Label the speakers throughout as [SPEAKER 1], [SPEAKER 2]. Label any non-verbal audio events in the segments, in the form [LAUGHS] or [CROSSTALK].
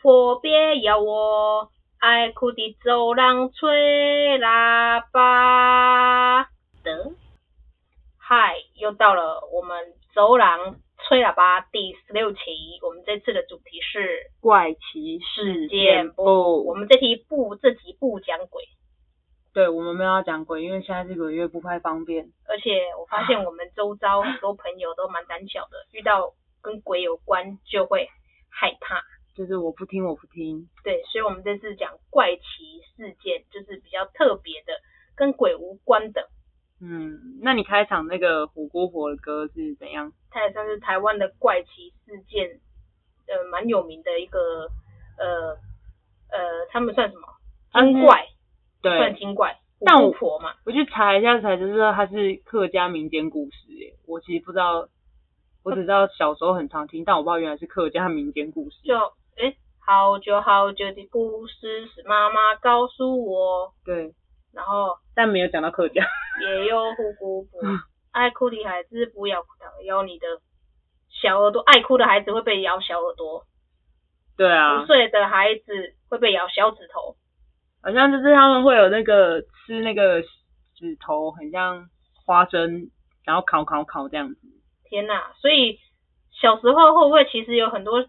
[SPEAKER 1] 破别要我，爱哭的走廊吹喇叭。的，嗨，又到了我们走廊吹喇叭第十六期，我们这次的主题是
[SPEAKER 2] 怪奇事件哦部，
[SPEAKER 1] 我们这期不这集不讲鬼，
[SPEAKER 2] 对我们没有要讲鬼，因为现在这个月不太方便。
[SPEAKER 1] 而且我发现我们周遭很多朋友都蛮胆小的，遇到跟鬼有关就会害怕。
[SPEAKER 2] 就是我不听，我不听。
[SPEAKER 1] 对，所以我们这次讲怪奇事件，就是比较特别的，跟鬼无关的。
[SPEAKER 2] 嗯，那你开场那个火锅火的歌是怎样？
[SPEAKER 1] 它也算是台湾的怪奇事件，呃，蛮有名的一个，呃呃，他们算什么？
[SPEAKER 2] 它是
[SPEAKER 1] 精怪，算
[SPEAKER 2] 啊对，
[SPEAKER 1] 精怪，
[SPEAKER 2] 但
[SPEAKER 1] 五
[SPEAKER 2] 我
[SPEAKER 1] 姑婆嘛，
[SPEAKER 2] 我去查一下才知道它是客家民间故事耶。我其实不知道，我只知道小时候很常听，但我不知道原来是客家民间故事。
[SPEAKER 1] 就诶、好久好久的故事是妈妈告诉我，
[SPEAKER 2] 对，
[SPEAKER 1] 然后
[SPEAKER 2] 但没有讲到客家。 [LAUGHS]
[SPEAKER 1] 也有呼姑婆，
[SPEAKER 2] 嗯
[SPEAKER 1] 爱哭的孩子不要哭倒，咬你的小耳朵，爱哭的孩子会被咬小耳朵，
[SPEAKER 2] 对
[SPEAKER 1] 五
[SPEAKER 2] 啊，
[SPEAKER 1] 岁的孩子会被咬小指头，
[SPEAKER 2] 好像就是他们会有那个吃那个指头，很像花生，然后烤烤烤这样子。
[SPEAKER 1] 天呐！所以小时候会不会其实有很多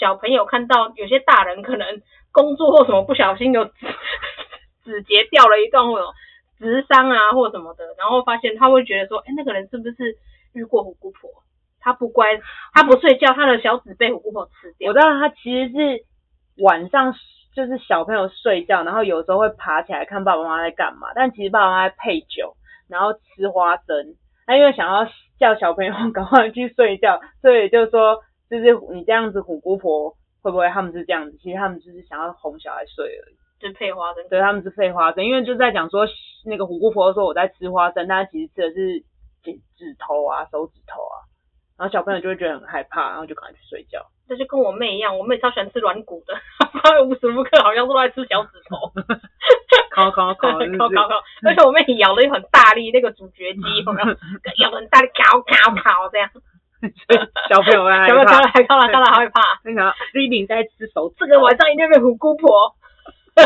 [SPEAKER 1] 小朋友看到有些大人可能工作或什么不小心 [LAUGHS] 有指节掉了一段或者直伤啊或什么的，然后发现他会觉得说，哎、那个人是不是遇过虎姑婆？他不乖，他不睡觉，他的小指被虎姑婆吃掉
[SPEAKER 2] 我。知道他其实是晚上就是小朋友睡觉，然后有时候会爬起来看爸爸妈妈在干嘛，但其实爸爸妈妈在配酒，然后吃花生。他因为想要叫小朋友赶快去睡觉，所以就说就是你这样子虎姑婆会不会他们是这样子？其实他们就是想要哄小孩睡而已。
[SPEAKER 1] 就配花生，
[SPEAKER 2] 对，他们是配花生，因为就在讲说那个虎姑婆说我在吃花生，但她其实吃的是指指头啊、手指头啊，然后小朋友就会觉得很害怕，然后就赶快去睡觉。
[SPEAKER 1] 这就跟我妹一样，我妹超喜欢吃软骨的，她 [LAUGHS] 无时无刻好像都在吃小指头。
[SPEAKER 2] 烤
[SPEAKER 1] [LAUGHS]
[SPEAKER 2] 烤烤，是不是
[SPEAKER 1] 烤烤烤，而且我妹咬了又很大力，那个主角鸡
[SPEAKER 2] [LAUGHS]
[SPEAKER 1] 有没有？咬得很大力，烤烤烤这样，
[SPEAKER 2] 小朋友啊，
[SPEAKER 1] 有没有？看到看到看到还会怕，
[SPEAKER 2] 那个 l i 在吃手，
[SPEAKER 1] 这个晚上一定被虎姑婆。 [LAUGHS] 哎、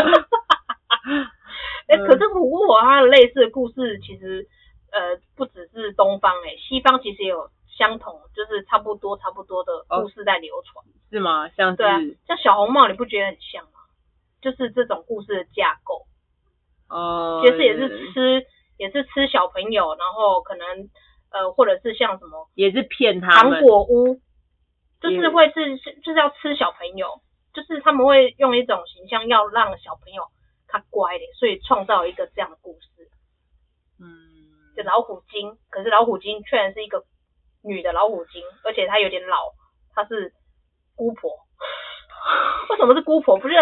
[SPEAKER 2] 嗯
[SPEAKER 1] 可是虎姑婆她的类似的故事，其实呃不只是东方哎、西方其实也有相同，就是差不多差不多的故事在流传。
[SPEAKER 2] 是吗？像
[SPEAKER 1] 对啊
[SPEAKER 2] 是，
[SPEAKER 1] 像小红帽，你不觉得很像吗？就是这种故事的架构。
[SPEAKER 2] 呃，
[SPEAKER 1] 其实也是吃，也是吃小朋友，然后可能呃，或者是像什么
[SPEAKER 2] 也是骗他
[SPEAKER 1] 糖
[SPEAKER 2] 们，嗯
[SPEAKER 1] 果屋，就是
[SPEAKER 2] 也
[SPEAKER 1] 会是是就是要吃小朋友，就是他们会用一种形象要让小朋友他乖的，所以创造一个这样的故事，
[SPEAKER 2] 嗯，
[SPEAKER 1] 就老虎精，可是老虎精居然是一个女的老虎精，而且她有点老，她是姑婆， [LAUGHS] 为什么是姑婆？不是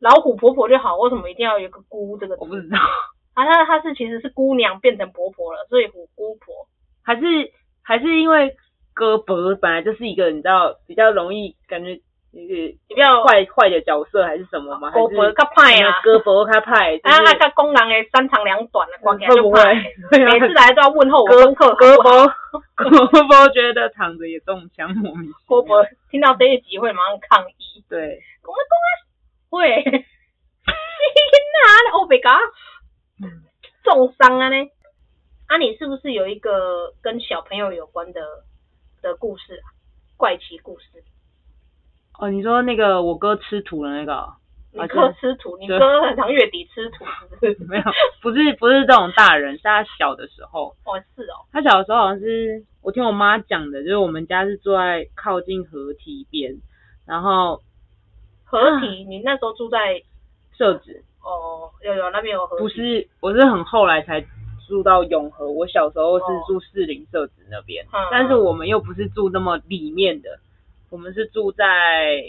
[SPEAKER 1] 老虎婆婆就好，为什么一定要有一个姑这个字
[SPEAKER 2] 我不？知道，
[SPEAKER 1] 啊，她她是其实是姑娘变成婆婆了，所以虎姑婆。
[SPEAKER 2] 还是还是因为哥伯本来就是一个你知道比较容易感觉就是
[SPEAKER 1] 比较
[SPEAKER 2] 坏坏的角色还是什么吗？还
[SPEAKER 1] 姑
[SPEAKER 2] 是哎
[SPEAKER 1] 婆较歹啊，
[SPEAKER 2] 哥伯他派，就
[SPEAKER 1] [LAUGHS] 啊啊，
[SPEAKER 2] 是嗯
[SPEAKER 1] 较工人的三长两短啊，看起来
[SPEAKER 2] 会
[SPEAKER 1] 就
[SPEAKER 2] 不
[SPEAKER 1] 歹。
[SPEAKER 2] 会？ [LAUGHS] 对啊
[SPEAKER 1] 每次来都要问候我
[SPEAKER 2] 哥
[SPEAKER 1] 功课
[SPEAKER 2] 哥
[SPEAKER 1] 好不好
[SPEAKER 2] 伯 [LAUGHS] 哥伯觉得躺着也中枪，莫名其妙
[SPEAKER 1] 姑婆听到这一集会马上抗议，
[SPEAKER 2] 对。
[SPEAKER 1] 公啊公啊，会， [LAUGHS] 天哪，我被搞
[SPEAKER 2] 嗯
[SPEAKER 1] 重伤啊呢！啊，你是不是有一个跟小朋友有关的的故事啊？怪奇故事？
[SPEAKER 2] 哦，你说那个我哥吃土的那个哦、
[SPEAKER 1] 你
[SPEAKER 2] 啊
[SPEAKER 1] 哥
[SPEAKER 2] 对
[SPEAKER 1] 吃土，你
[SPEAKER 2] 对
[SPEAKER 1] 哥很常月底吃土，是不是？
[SPEAKER 2] 没有，不是 [LAUGHS] 不是这种大人，是他小的时候，
[SPEAKER 1] 哦，是哦，
[SPEAKER 2] 他小的时候好像是我听我妈讲的，就是我们家是住在靠近河堤边，然后
[SPEAKER 1] 合
[SPEAKER 2] 嗯
[SPEAKER 1] 体，你那时候住在
[SPEAKER 2] 社子
[SPEAKER 1] 哦，有有那边有合体
[SPEAKER 2] 不是，我是很后来才住到永和，我小时候是
[SPEAKER 1] 哦
[SPEAKER 2] 住士林社子那边，
[SPEAKER 1] 嗯
[SPEAKER 2] 但是我们又不是住那么里面的，我们是住在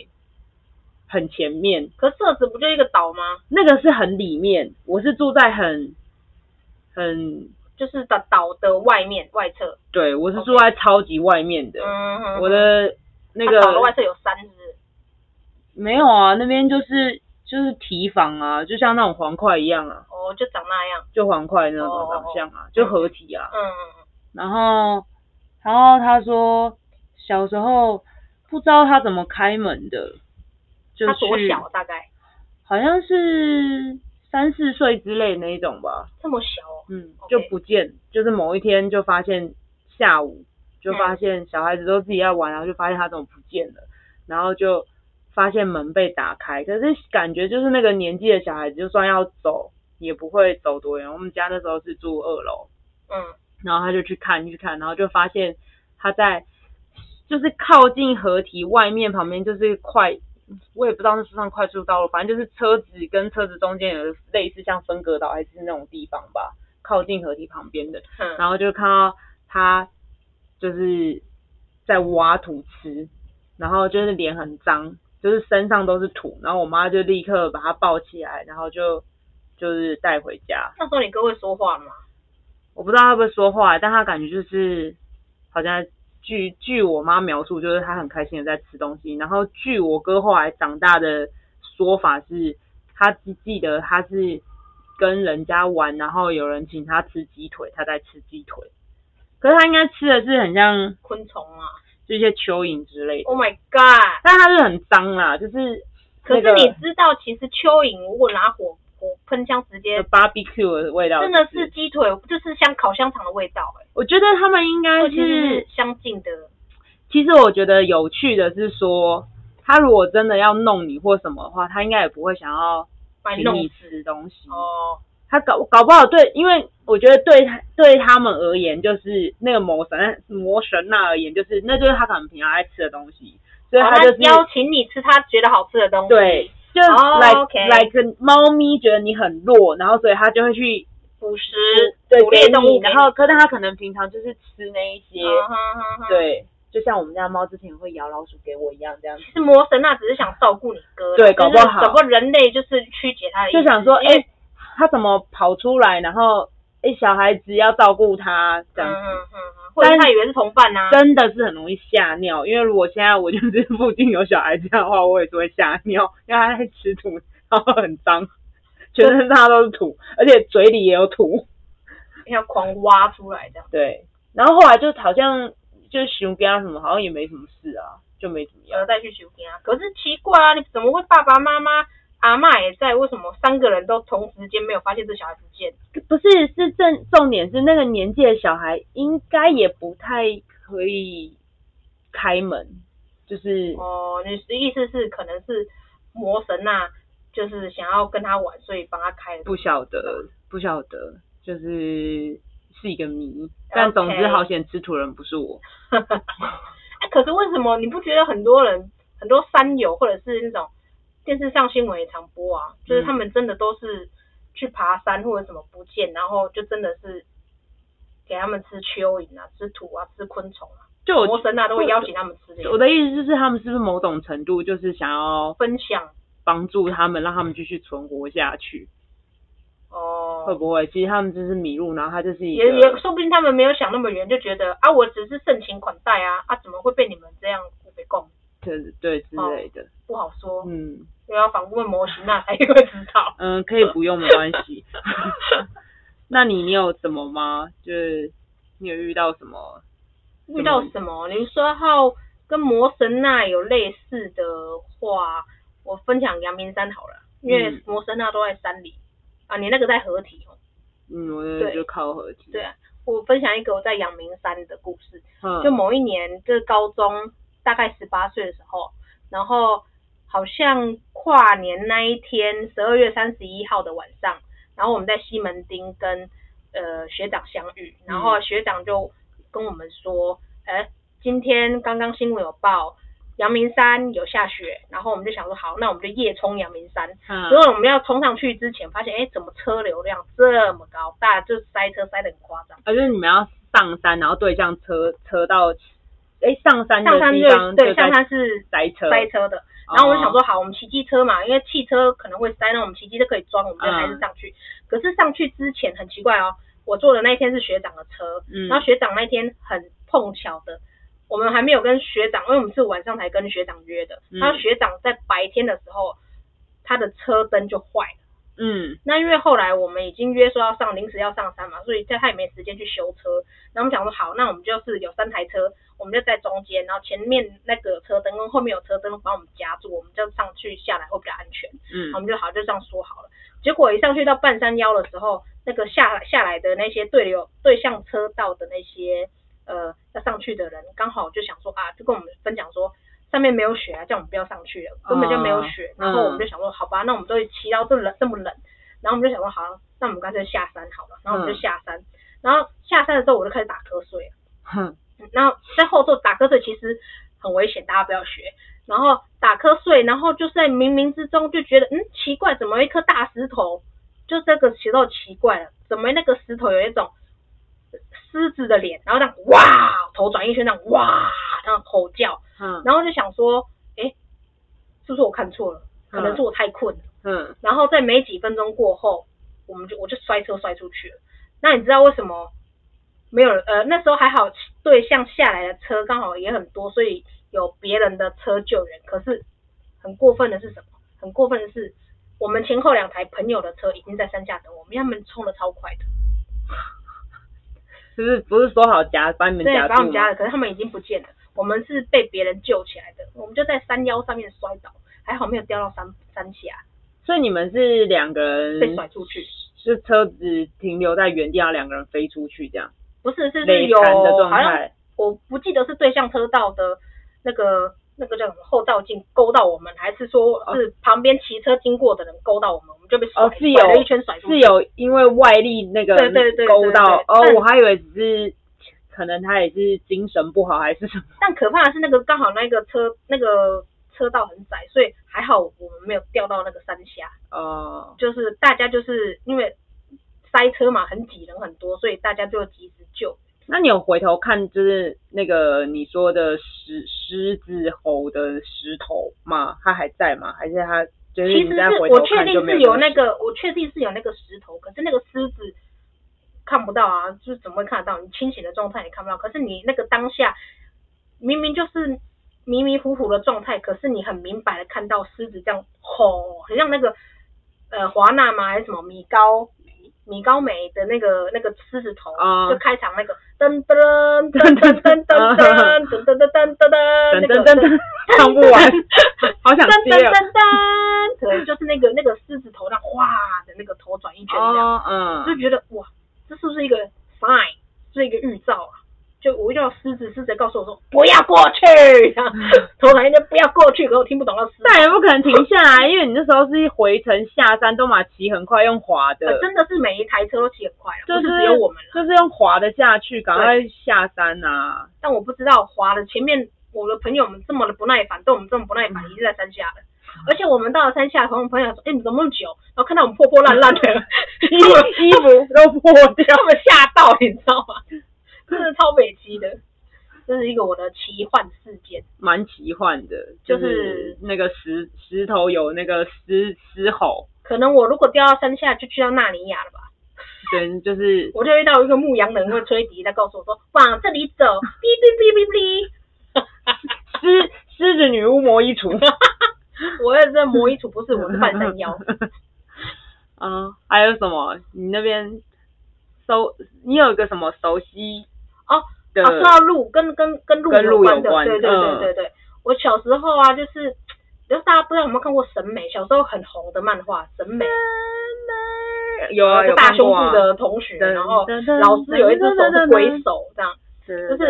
[SPEAKER 2] 很前面，
[SPEAKER 1] 可是社子不就一个岛吗？
[SPEAKER 2] 那个是很里面，我是住在很很
[SPEAKER 1] 就是岛岛的外面外侧。
[SPEAKER 2] 对，我是住在超级外面的。
[SPEAKER 1] 嗯哼，
[SPEAKER 2] 我的那
[SPEAKER 1] 它岛的外
[SPEAKER 2] 个
[SPEAKER 1] 侧有山是不是
[SPEAKER 2] 没有啊，那边就是就是提防啊，就像那种黄块一样啊，
[SPEAKER 1] 哦，就长那样。
[SPEAKER 2] 就黄块那种
[SPEAKER 1] 哦
[SPEAKER 2] 长相啊，就合体啊。
[SPEAKER 1] 嗯嗯嗯，
[SPEAKER 2] 然后，然后他说小时候不知道他怎么开门的，就
[SPEAKER 1] 他多
[SPEAKER 2] 去
[SPEAKER 1] 小？大概
[SPEAKER 2] 好像是三四岁之类那一种吧，
[SPEAKER 1] 这么小哦，
[SPEAKER 2] 嗯
[SPEAKER 1] OK
[SPEAKER 2] 就不见，就是某一天就发现下午就发现小孩子都自己在玩，然后就发现他怎么不见了，然后就发现门被打开，可是感觉就是那个年纪的小孩子，就算要走也不会走多远。我们家那时候是住二楼，
[SPEAKER 1] 嗯，
[SPEAKER 2] 然后他就去看去看，然后就发现他在就是靠近河堤外面旁边就是快，我也不知道那是算快速道路，反正就是车子跟车子中间有类似像分隔岛还是那种地方吧，靠近河堤旁边的，
[SPEAKER 1] 嗯
[SPEAKER 2] 然后就看到他就是在挖土吃，然后就是脸很脏，就是身上都是土，然后我妈就立刻把他抱起来，然后就就是带回家。
[SPEAKER 1] 那时候你哥会说话吗？
[SPEAKER 2] 我不知道他会不会说话，但他感觉就是好像据据我妈描述，就是他很开心的在吃东西。然后据我哥后来长大的说法是，他记记得他是跟人家玩，然后有人请他吃鸡腿，他在吃鸡腿。可是他应该吃的是很像
[SPEAKER 1] 昆虫啊
[SPEAKER 2] 就一些蚯蚓之类的，
[SPEAKER 1] ，Oh my god！
[SPEAKER 2] 但他是很脏啦，就是
[SPEAKER 1] 可
[SPEAKER 2] 那
[SPEAKER 1] 是
[SPEAKER 2] 个
[SPEAKER 1] 你知道，其实蚯蚓如果拿火火喷枪直接，
[SPEAKER 2] barbecue 的味道、
[SPEAKER 1] 真的是，鸡腿，就是像烤香肠的味道、欸，
[SPEAKER 2] 我觉得他们应该
[SPEAKER 1] 哎，其实
[SPEAKER 2] 是
[SPEAKER 1] 是相近的。
[SPEAKER 2] 其实我觉得有趣的是说，他如果真的要弄你或什么的话，他应该也不会想要
[SPEAKER 1] 把你
[SPEAKER 2] 请
[SPEAKER 1] 弄
[SPEAKER 2] 你
[SPEAKER 1] 死
[SPEAKER 2] 吃东西。
[SPEAKER 1] 哦，
[SPEAKER 2] 他搞搞不好对，因为我觉得对他对他们而言，就是那个魔神魔神那而言，就是那就是他可能平常爱吃的东西，所以
[SPEAKER 1] 哦
[SPEAKER 2] 他就是、
[SPEAKER 1] 邀请你吃他觉得好吃的东西。，
[SPEAKER 2] 对，就
[SPEAKER 1] 哦
[SPEAKER 2] like、
[SPEAKER 1] OK
[SPEAKER 2] like 猫咪觉得你很弱，然后所以他就会去
[SPEAKER 1] 捕食
[SPEAKER 2] 对
[SPEAKER 1] 捕猎
[SPEAKER 2] 给
[SPEAKER 1] 动物
[SPEAKER 2] 你，
[SPEAKER 1] 给你，
[SPEAKER 2] 然后可是他可能平常就是吃那一些，
[SPEAKER 1] 嗯哼哼哼，
[SPEAKER 2] 对，就像我们家猫之前会咬老鼠给我一样这样子。
[SPEAKER 1] 是魔神啊那只是想照顾你哥，
[SPEAKER 2] 对
[SPEAKER 1] 就是
[SPEAKER 2] 搞不好
[SPEAKER 1] 搞不好人类就是曲解他的意思，
[SPEAKER 2] 就想说，
[SPEAKER 1] 因
[SPEAKER 2] 哎、
[SPEAKER 1] 为
[SPEAKER 2] 他怎么跑出来？然后，哎、小孩子要照顾他，这
[SPEAKER 1] 嗯
[SPEAKER 2] 样、
[SPEAKER 1] 嗯嗯，嗯或者是
[SPEAKER 2] 但
[SPEAKER 1] 他以为是同伴呐、啊，
[SPEAKER 2] 真的是很容易吓尿。因为如果现在我就是附近有小孩这样的话，我也是会吓尿，因为他在吃土，然后很 [LAUGHS] 脏，全身上下都是土，而且嘴里也有土。
[SPEAKER 1] 要狂挖出来这样。
[SPEAKER 2] 对，然后后来就好像就是熊跟他什么，好像也没什么事啊，就没怎么
[SPEAKER 1] 然
[SPEAKER 2] 样。
[SPEAKER 1] 后再去修边啊。可是奇怪啊，你怎么会爸爸妈妈、阿嬷也在？为什么三个人都同时间没有发现这小孩不见？
[SPEAKER 2] 不是，是正重点是那个年纪的小孩应该也不太可以开门，就是
[SPEAKER 1] 哦，你的意思是可能是魔神呐、就是想要跟他玩，所以帮他开了。
[SPEAKER 2] 不晓得，不晓得，就是是一个谜。但总之，
[SPEAKER 1] OK
[SPEAKER 2] 好险吃土人不是我。
[SPEAKER 1] 哎、可是为什么你不觉得很多人、很多山友或者是那种电视上新闻也常播啊，
[SPEAKER 2] 嗯
[SPEAKER 1] 就是他们真的都是去爬山或者什么不见，然后就真的是给他们吃蚯蚓啊、吃土啊、吃昆虫啊，
[SPEAKER 2] 就我
[SPEAKER 1] 魔神呐、都会邀请他们吃这
[SPEAKER 2] 哦我
[SPEAKER 1] 些
[SPEAKER 2] 的意思就是，他们是不是某种程度就是想要
[SPEAKER 1] 分享。
[SPEAKER 2] 帮助他们，让他们继续存活下去？
[SPEAKER 1] 哦，
[SPEAKER 2] 会不会？其实他们就是迷路，然后他就是一
[SPEAKER 1] 也也
[SPEAKER 2] 个
[SPEAKER 1] 说不定他们没有想那么远，就觉得啊，我只是盛情款待啊，啊，怎么会被你们这样被供？
[SPEAKER 2] 对对之
[SPEAKER 1] 哦
[SPEAKER 2] 类的。
[SPEAKER 1] 不好说，
[SPEAKER 2] 嗯
[SPEAKER 1] 又要访问模型那才会知道。
[SPEAKER 2] 嗯，可以不用没关
[SPEAKER 1] [LAUGHS]
[SPEAKER 2] 系。那你你有什么吗？就是你有遇到什么？
[SPEAKER 1] 遇到什么？你说号跟魔神那有类似的话，我分享阳明山好了，因为
[SPEAKER 2] 嗯
[SPEAKER 1] 魔神那都在山里、啊，你那个在合体哦。
[SPEAKER 2] 嗯，我那
[SPEAKER 1] 对
[SPEAKER 2] 就靠合体。
[SPEAKER 1] 对啊，我分享一个我在阳明山的故事，
[SPEAKER 2] 嗯，
[SPEAKER 1] 就某一年，就是高中大概十八岁的时候，然后好像跨年那一天，十二月三十一号的晚上，然后我们在西门町跟呃学长相遇，然
[SPEAKER 2] 嗯
[SPEAKER 1] 后学长就跟我们说，哎、今天刚刚新闻有报。阳明山有下雪，然后我们就想说好，那我们就夜冲阳明山。
[SPEAKER 2] 嗯
[SPEAKER 1] 结果我们要冲上去之前，发现哎、怎么车流量这么高？大家就塞车塞得很夸张。
[SPEAKER 2] 啊，就是你们要上山，然后对向车车到，哎、上山的
[SPEAKER 1] 上山
[SPEAKER 2] 地
[SPEAKER 1] 就
[SPEAKER 2] 方
[SPEAKER 1] 对，
[SPEAKER 2] 在
[SPEAKER 1] 上山是
[SPEAKER 2] 塞车，哦
[SPEAKER 1] 塞车的。然后我就想说，好，我们骑机车嘛，因为汽车可能会塞，那我们骑机车可以装，我们就
[SPEAKER 2] 嗯
[SPEAKER 1] 还是上去。可是上去之前很奇怪哦，我坐的那一天是学长的车，
[SPEAKER 2] 嗯
[SPEAKER 1] 然后学长那天很碰巧的，我们还没有跟学长，因为我们是晚上才跟学长约的，
[SPEAKER 2] 嗯
[SPEAKER 1] 然后学长在白天的时候，他的车灯就坏了，
[SPEAKER 2] 嗯
[SPEAKER 1] 那因为后来我们已经约说要上，临时要上山嘛，所以他他也没时间去修车。然后我们想说好，那我们就是有三台车，我们就在中间，然后前面那个有车灯跟后面有车灯把我们夹住，我们就上去下来会比较安全。我
[SPEAKER 2] 嗯，
[SPEAKER 1] 们就好就这样说好了。结果一上去到半山腰的时候，那个下来下来的那些对流对向车道的那些呃要上去的人，刚好就想说啊，就跟我们分享说上面没有雪啊，叫我们不要上去了，根本就没有雪。
[SPEAKER 2] 嗯
[SPEAKER 1] 然后我们就想说，好吧，那我们都骑到这冷这么冷，然后我们就想说，好，那我们干脆下山好了。然后我
[SPEAKER 2] 嗯
[SPEAKER 1] 们就下山，然后下山的时候我就开始打瞌睡了。
[SPEAKER 2] 哼，
[SPEAKER 1] 然后在后座打瞌睡其实很危险，大家不要学。然后打瞌睡，然后就是在冥冥之中就觉得，嗯，奇怪，怎么有一颗大石头？就这个石头奇怪了，怎么那个石头有一种狮子的脸，然后这样哇，头转一圈这样哇，这样吼叫，
[SPEAKER 2] 嗯
[SPEAKER 1] 然后就想说，诶，是不是我看错了？可能是我太困了。
[SPEAKER 2] 嗯，
[SPEAKER 1] 然后在没几分钟过后，我们就我就摔车摔出去了。那你知道为什么没有人？呃，那时候还好，对向下来的车刚好也很多，所以有别人的车救援。可是很过分的是什么？很过分的是，我们前后两台朋友的车已经在山下等我们，他们冲的超快的，
[SPEAKER 2] 就是不是说好夹把你们
[SPEAKER 1] 对啊
[SPEAKER 2] 夹，
[SPEAKER 1] 把我
[SPEAKER 2] 住
[SPEAKER 1] 们家
[SPEAKER 2] 吗？
[SPEAKER 1] 的，可是他们已经不见了。我们是被别人救起来的，我们就在山腰上面摔倒，还好没有掉到山山下，
[SPEAKER 2] 所以你们是两个
[SPEAKER 1] 被
[SPEAKER 2] 人，
[SPEAKER 1] 甩出去。
[SPEAKER 2] 是车子停留在原地，然后两个人飞出去这样，
[SPEAKER 1] 不是，是是
[SPEAKER 2] 累
[SPEAKER 1] 有
[SPEAKER 2] 残的状
[SPEAKER 1] 好像
[SPEAKER 2] 态。
[SPEAKER 1] 我不记得是对向车道的那个那个叫什么后照镜勾到我们，还是说
[SPEAKER 2] 哦
[SPEAKER 1] 是旁边骑车经过的人勾到我们，我们就被甩、
[SPEAKER 2] 哦，是有
[SPEAKER 1] 甩了一圈甩出去。
[SPEAKER 2] 是有因为外力那个
[SPEAKER 1] 对对对对
[SPEAKER 2] 勾到
[SPEAKER 1] 对对
[SPEAKER 2] 哦
[SPEAKER 1] 但，
[SPEAKER 2] 我还以为只是可能他也是精神不好还是什么，
[SPEAKER 1] 但可怕的是那个刚好那个车那个车道很窄，所以还好我们没有掉到那个山下。
[SPEAKER 2] 哦，
[SPEAKER 1] 就是大家就是因为塞车嘛，很挤人很多，所以大家就及时救。
[SPEAKER 2] 那你有回头看就是那个你说的狮狮子吼的石头吗？它还在吗？还是它就是
[SPEAKER 1] 其
[SPEAKER 2] 你
[SPEAKER 1] 实
[SPEAKER 2] 再
[SPEAKER 1] 是
[SPEAKER 2] 回
[SPEAKER 1] 我
[SPEAKER 2] 头
[SPEAKER 1] 确
[SPEAKER 2] 看就
[SPEAKER 1] 定
[SPEAKER 2] 没有
[SPEAKER 1] 是有
[SPEAKER 2] 个
[SPEAKER 1] 那个，我确定是有那个石头，可是那个狮子看不到啊，就是怎么会看得到？你清醒的状态也看不到，可是你那个当下明明就是迷迷糊糊的状态，可是你很明白的看到狮子这样吼，很像那个呃华纳吗还是什么米高米高梅的那个那个狮子头，
[SPEAKER 2] 啊
[SPEAKER 1] 就开场那个噔噔噔噔噔噔噔噔噔噔
[SPEAKER 2] 哦
[SPEAKER 1] 噔噔噔
[SPEAKER 2] 噔
[SPEAKER 1] 那个
[SPEAKER 2] 噔噔 [LAUGHS] 噔，唱不完，好想
[SPEAKER 1] 噔
[SPEAKER 2] 接
[SPEAKER 1] 噔
[SPEAKER 2] 哦。
[SPEAKER 1] 噔噔，对，就是那个那个狮子头上哗的那个头转一圈这样，
[SPEAKER 2] 哦，嗯，
[SPEAKER 1] 就觉得哇，这是不是一个 sign，是一个预兆啊？就我遇到狮子，狮子告诉我说不要过去，然
[SPEAKER 2] [LAUGHS]
[SPEAKER 1] 后头转一圈不要过去，可我听不懂那狮子。
[SPEAKER 2] 但也不可能停下来，因为你那时候是回程下山，都嘛骑很快，用滑的
[SPEAKER 1] 呃，真的是每一台车都骑很快啊，
[SPEAKER 2] 就
[SPEAKER 1] 不
[SPEAKER 2] 是
[SPEAKER 1] 是只有我们了。
[SPEAKER 2] 就是用滑的下去，赶快下山 [LAUGHS] 啊！
[SPEAKER 1] 但我不知道滑了前面我的朋友们这么的不耐烦，对我们这么不耐烦，已经在山下
[SPEAKER 2] 嗯
[SPEAKER 1] 了。而且我们到了山下，朋友朋友说：“哎、你怎么那么久？”然后看到我们破破烂烂的，
[SPEAKER 2] 衣
[SPEAKER 1] [LAUGHS]
[SPEAKER 2] [LAUGHS] 衣服都破掉
[SPEAKER 1] 让，他们吓到，你知道
[SPEAKER 2] [LAUGHS]
[SPEAKER 1] 吗？真的超北极的，这是一个我的奇幻事件。
[SPEAKER 2] 蛮奇幻的，就是那个石石头有那个狮狮吼，
[SPEAKER 1] 可能我如果掉到山下，就去到纳尼亚了吧？
[SPEAKER 2] 对，就是
[SPEAKER 1] 我就遇到一个牧羊人会吹笛，在告诉我说往这里走，哔哔哔哔
[SPEAKER 2] [LAUGHS] 狮狮子女巫魔衣橱
[SPEAKER 1] 哔。我也是魔衣橱，不是我是半山
[SPEAKER 2] [LAUGHS]
[SPEAKER 1] 腰。
[SPEAKER 2] 啊，还有什么？你那边熟，你有一个什么熟悉
[SPEAKER 1] 哦
[SPEAKER 2] 的
[SPEAKER 1] 哦，说到路，跟跟跟路
[SPEAKER 2] 跟路
[SPEAKER 1] 关
[SPEAKER 2] 有
[SPEAKER 1] 的，
[SPEAKER 2] 关
[SPEAKER 1] 对对
[SPEAKER 2] 嗯
[SPEAKER 1] 对对对。我小时候啊，就是，就是大家不知道有没有看过审美，小时候很红的漫画《审美》，
[SPEAKER 2] 有啊，有
[SPEAKER 1] 就大
[SPEAKER 2] 看
[SPEAKER 1] 胸
[SPEAKER 2] 过啊
[SPEAKER 1] 部的同学，
[SPEAKER 2] 对
[SPEAKER 1] 然后
[SPEAKER 2] 对对
[SPEAKER 1] 老师有一只手
[SPEAKER 2] 对对
[SPEAKER 1] 是
[SPEAKER 2] 对
[SPEAKER 1] 鬼手这样。
[SPEAKER 2] 对对
[SPEAKER 1] 就是
[SPEAKER 2] 对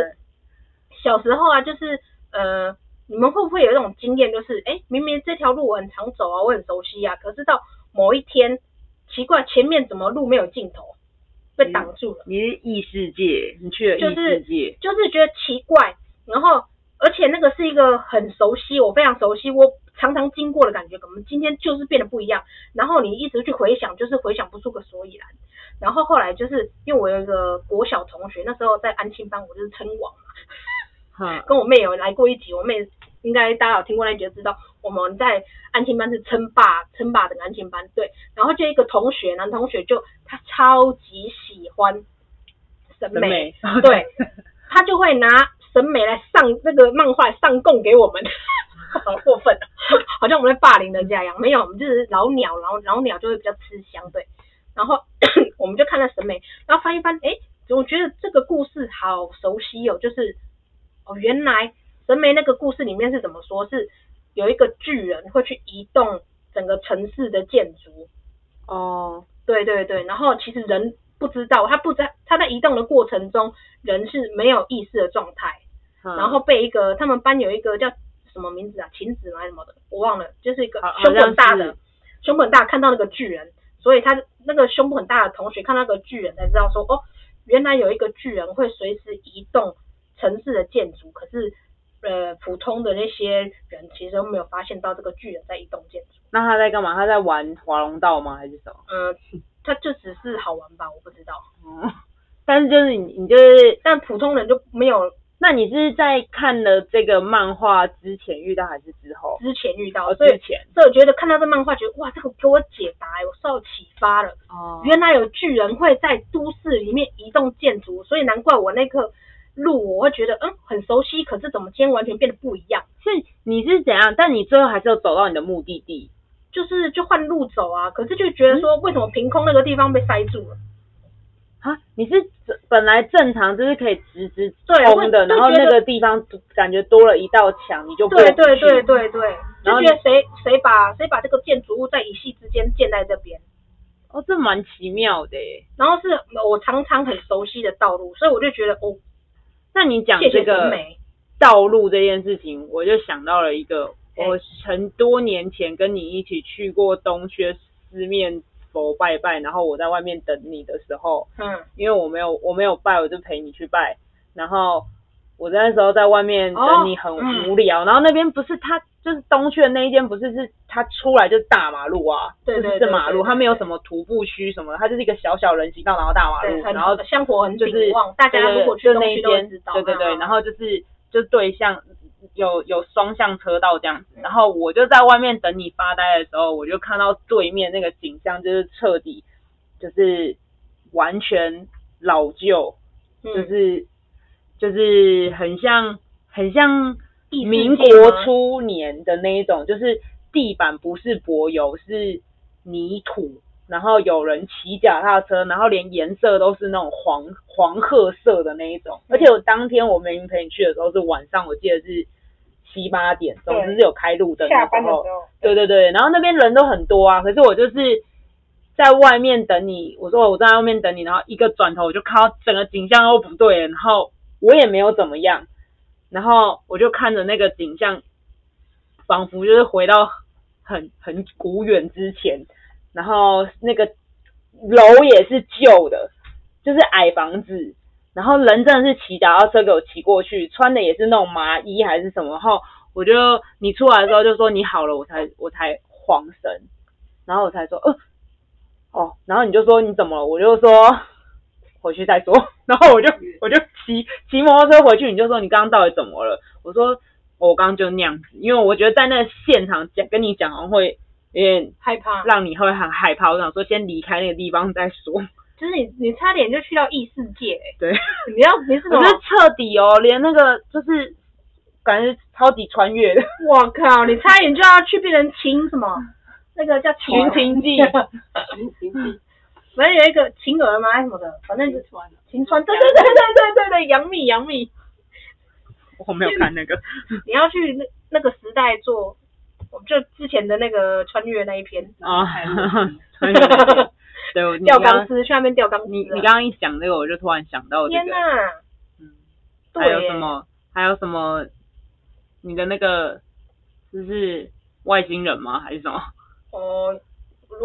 [SPEAKER 1] 小时候啊，就是呃，你们会不会有一种经验，就是哎，诶明明这条路我很常走啊，我很熟悉啊，可是到某一天，奇怪前面怎么路没有尽头，被挡住了，
[SPEAKER 2] 你是异世界，你去了
[SPEAKER 1] 就是
[SPEAKER 2] 异世界，
[SPEAKER 1] 就是觉得奇怪，然后而且那个是一个很熟悉，我非常熟悉，我常常经过的感觉，可能今天就是变得不一样，然后你一直去回想，就是回想不出个所以然。然后后来就是因为我有一个国小同学，那时候在安庆班，我就是称王。
[SPEAKER 2] 哈，
[SPEAKER 1] 跟我妹有来过一集，我妹应该大家有听过那集就知道，我们在安亲班是称霸称霸的安亲班，对，然后就一个同学男同学就他超级喜欢审
[SPEAKER 2] 审
[SPEAKER 1] 美，
[SPEAKER 2] 美， [LAUGHS]
[SPEAKER 1] 对，他就 [LAUGHS] 会拿审美来上那个漫画上供给我们，好过分啊！好像我们在霸凌人家一样，没有，我们就是老鸟，然后老鸟就会比较吃香，对。然后 [COUGHS] 我们就看了审美，然后翻一翻，诶，我觉得这个故事好熟悉哦，就是哦，原来神媒那个故事里面是怎么说？是有一个巨人会去移动整个城市的建筑，
[SPEAKER 2] 哦，
[SPEAKER 1] 对对对，然后其实人不知道，他不在他在移动的过程中，人是没有意识的状态，然
[SPEAKER 2] 然
[SPEAKER 1] 后被一个他们班有一个叫什么名字啊，晴子吗还是什么的，我忘了，就是一个
[SPEAKER 2] 好好
[SPEAKER 1] 胸部很大
[SPEAKER 2] 像
[SPEAKER 1] 的
[SPEAKER 2] 是
[SPEAKER 1] 胸部很大，看到那个巨人，所以他那个胸部很大的同学看到那个巨人才知道说，哦，原来有一个巨人会随时移动城市的建筑，可是呃普通的那些人其实都没有发现到这个巨人在移动建筑，
[SPEAKER 2] 那他在干嘛？他在玩划龙道吗？还是什么？
[SPEAKER 1] 嗯、他就只是好玩吧，我不知道，
[SPEAKER 2] 哦，但是就是你，你就是，
[SPEAKER 1] 但普通人就没有
[SPEAKER 2] 那你是在看了这个漫画之前遇到还是之后？
[SPEAKER 1] 之前遇到，
[SPEAKER 2] 哦
[SPEAKER 1] 所以
[SPEAKER 2] 之前
[SPEAKER 1] 所以我觉得看到这漫画，觉得哇，这个给我解答，我受到启发了。
[SPEAKER 2] 哦
[SPEAKER 1] 原来有巨人会在都市里面移动建筑，所以难怪我那个路我会觉得嗯很熟悉，可是怎么今天完全变得不一样？
[SPEAKER 2] 是你是怎样？但你最后还是有走到你的目的地。
[SPEAKER 1] 就是就换路走啊，可是就觉得说为什么凭空那个地方被塞住了？
[SPEAKER 2] 啊，你是本来正常就是可以直直
[SPEAKER 1] 对
[SPEAKER 2] 冲的，
[SPEAKER 1] 哦会就
[SPEAKER 2] 然后
[SPEAKER 1] 觉得
[SPEAKER 2] 那个地方感觉多了一道墙，你就过不
[SPEAKER 1] 对
[SPEAKER 2] 去。
[SPEAKER 1] 对对对对，
[SPEAKER 2] 啊然后
[SPEAKER 1] 就
[SPEAKER 2] 你
[SPEAKER 1] 觉得谁谁把谁把这个建筑物在一系之间建在这边，
[SPEAKER 2] 哦，这蛮奇妙的耶。
[SPEAKER 1] 然后是我常常很熟悉的道路，所以我就觉得哦，
[SPEAKER 2] 那你讲
[SPEAKER 1] 谢谢
[SPEAKER 2] 这
[SPEAKER 1] 神
[SPEAKER 2] 个
[SPEAKER 1] 美，
[SPEAKER 2] 道路这件事情，我就想到了一个，
[SPEAKER 1] 哎
[SPEAKER 2] 我很多年前跟你一起去过东薛四面佛拜拜，然后我在外面等你的时候，
[SPEAKER 1] 嗯，
[SPEAKER 2] 因为我没有我没有拜，我就陪你去拜。然后我在那时候在外面等你很
[SPEAKER 1] 哦嗯
[SPEAKER 2] 无聊，然后那边不是他就是东区的那一间，不是是他出来就是大马路啊，
[SPEAKER 1] 对对
[SPEAKER 2] 就是
[SPEAKER 1] 对
[SPEAKER 2] 是马路，
[SPEAKER 1] 对对
[SPEAKER 2] 它没有什么徒步区什么的，它就是一个小小人行道，然后大马路
[SPEAKER 1] 对，，很
[SPEAKER 2] 然后
[SPEAKER 1] 香火很
[SPEAKER 2] 就
[SPEAKER 1] 鼎
[SPEAKER 2] 是
[SPEAKER 1] 旺，大家如果去
[SPEAKER 2] 对对对就
[SPEAKER 1] 东
[SPEAKER 2] 那一
[SPEAKER 1] 区都会
[SPEAKER 2] 间
[SPEAKER 1] 知道，
[SPEAKER 2] 对对对，
[SPEAKER 1] 嗯
[SPEAKER 2] 然后就是就对向有有双向车道这样子，然后我就在外面等你发呆的时候，我就看到对面那个景象就是彻底就是完全老旧，
[SPEAKER 1] 嗯
[SPEAKER 2] 就是、就是很像很像
[SPEAKER 1] 异世界
[SPEAKER 2] 民
[SPEAKER 1] 吗
[SPEAKER 2] 国初年的那一种，就是地板不是柏油是泥土，然后有人骑脚踏车，然后连颜色都是那种黄黄褐色的那一种。
[SPEAKER 1] 嗯
[SPEAKER 2] 而且我当天我明明陪你去的时候是晚上，我记得是七八点，总之
[SPEAKER 1] 对
[SPEAKER 2] 是有开路灯
[SPEAKER 1] 下
[SPEAKER 2] 那
[SPEAKER 1] 班
[SPEAKER 2] 时
[SPEAKER 1] 的时
[SPEAKER 2] 候。
[SPEAKER 1] 候，
[SPEAKER 2] 对对对，然后那边人都很多啊，可是我就是在外面等你，我说我在外面等你，然后一个转头我就看到整个景象都不对了，然后我也没有怎么样，然后我就看着那个景象，仿佛就是回到很很古远之前，然后那个楼也是旧的，就是矮房子，然后人真的是骑脚踏车给我骑过去，穿的也是那种麻衣还是什么，然后我就你出来的时候就说你好了，我才我才慌神，然后我才说呃哦，然后你就说你怎么了，我就说 [LAUGHS] 回去再说， [LAUGHS] 然后我就我就骑骑摩托车回去，你就说你刚刚到底怎么了，我说哦我刚刚就那样子，因为我觉得在那个现场讲跟你讲好像会有点
[SPEAKER 1] 害怕，
[SPEAKER 2] 让你会很害怕，我想说先离开那个地方再说。
[SPEAKER 1] 就是你你差点就去到异世界、欸，
[SPEAKER 2] 对，
[SPEAKER 1] 你要你是什
[SPEAKER 2] 我
[SPEAKER 1] 么
[SPEAKER 2] 觉？得彻底哦，连那个就是感觉超级穿越的
[SPEAKER 1] 我靠，你差点就要去变成秦什么？那个叫秦
[SPEAKER 2] 《群情记》
[SPEAKER 1] 反正有一个秦儿吗？还是什么的，反正是
[SPEAKER 3] 穿
[SPEAKER 1] 秦川，对对对对对对对，杨幂杨幂，
[SPEAKER 2] [LAUGHS] 我没有看那个。
[SPEAKER 1] 你要去那那个时代做，我们就之前的那个穿越那一篇， [LAUGHS]
[SPEAKER 2] 啊，穿越 [LAUGHS] 对，我你
[SPEAKER 1] 吊
[SPEAKER 2] 刚
[SPEAKER 1] 钢
[SPEAKER 2] 刚
[SPEAKER 1] 丝去那边吊钢丝啊，
[SPEAKER 2] 你你刚刚一讲这个，我就突然想到这
[SPEAKER 1] 天
[SPEAKER 2] 个，
[SPEAKER 1] 哪、
[SPEAKER 2] 嗯，
[SPEAKER 1] 对
[SPEAKER 2] 还有
[SPEAKER 1] 耶
[SPEAKER 2] 什么？还有什么？你的那个就是外星人吗？还是什么？
[SPEAKER 1] 哦，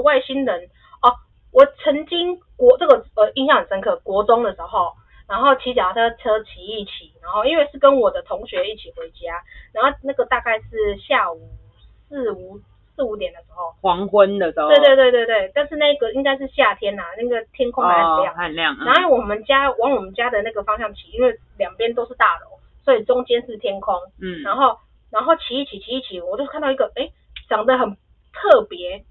[SPEAKER 1] 外星人哦，我曾经国这个呃印象很深刻，国中的时候，然后骑脚踏车骑一骑，然后因为是跟我的同学一起回家，然后那个大概是下午四五四五点的时候，
[SPEAKER 2] 黄昏的时候，
[SPEAKER 1] 对对对对对，但是那个应该是夏天呐、那个天空还很
[SPEAKER 2] 哦
[SPEAKER 1] 亮，，
[SPEAKER 2] 很亮，嗯
[SPEAKER 1] 然后我们家往我们家的那个方向骑，因为两边都是大楼，所以中间是天空，
[SPEAKER 2] 嗯，
[SPEAKER 1] 然后然后骑一骑骑一骑，我就看到一个诶，长得很特别，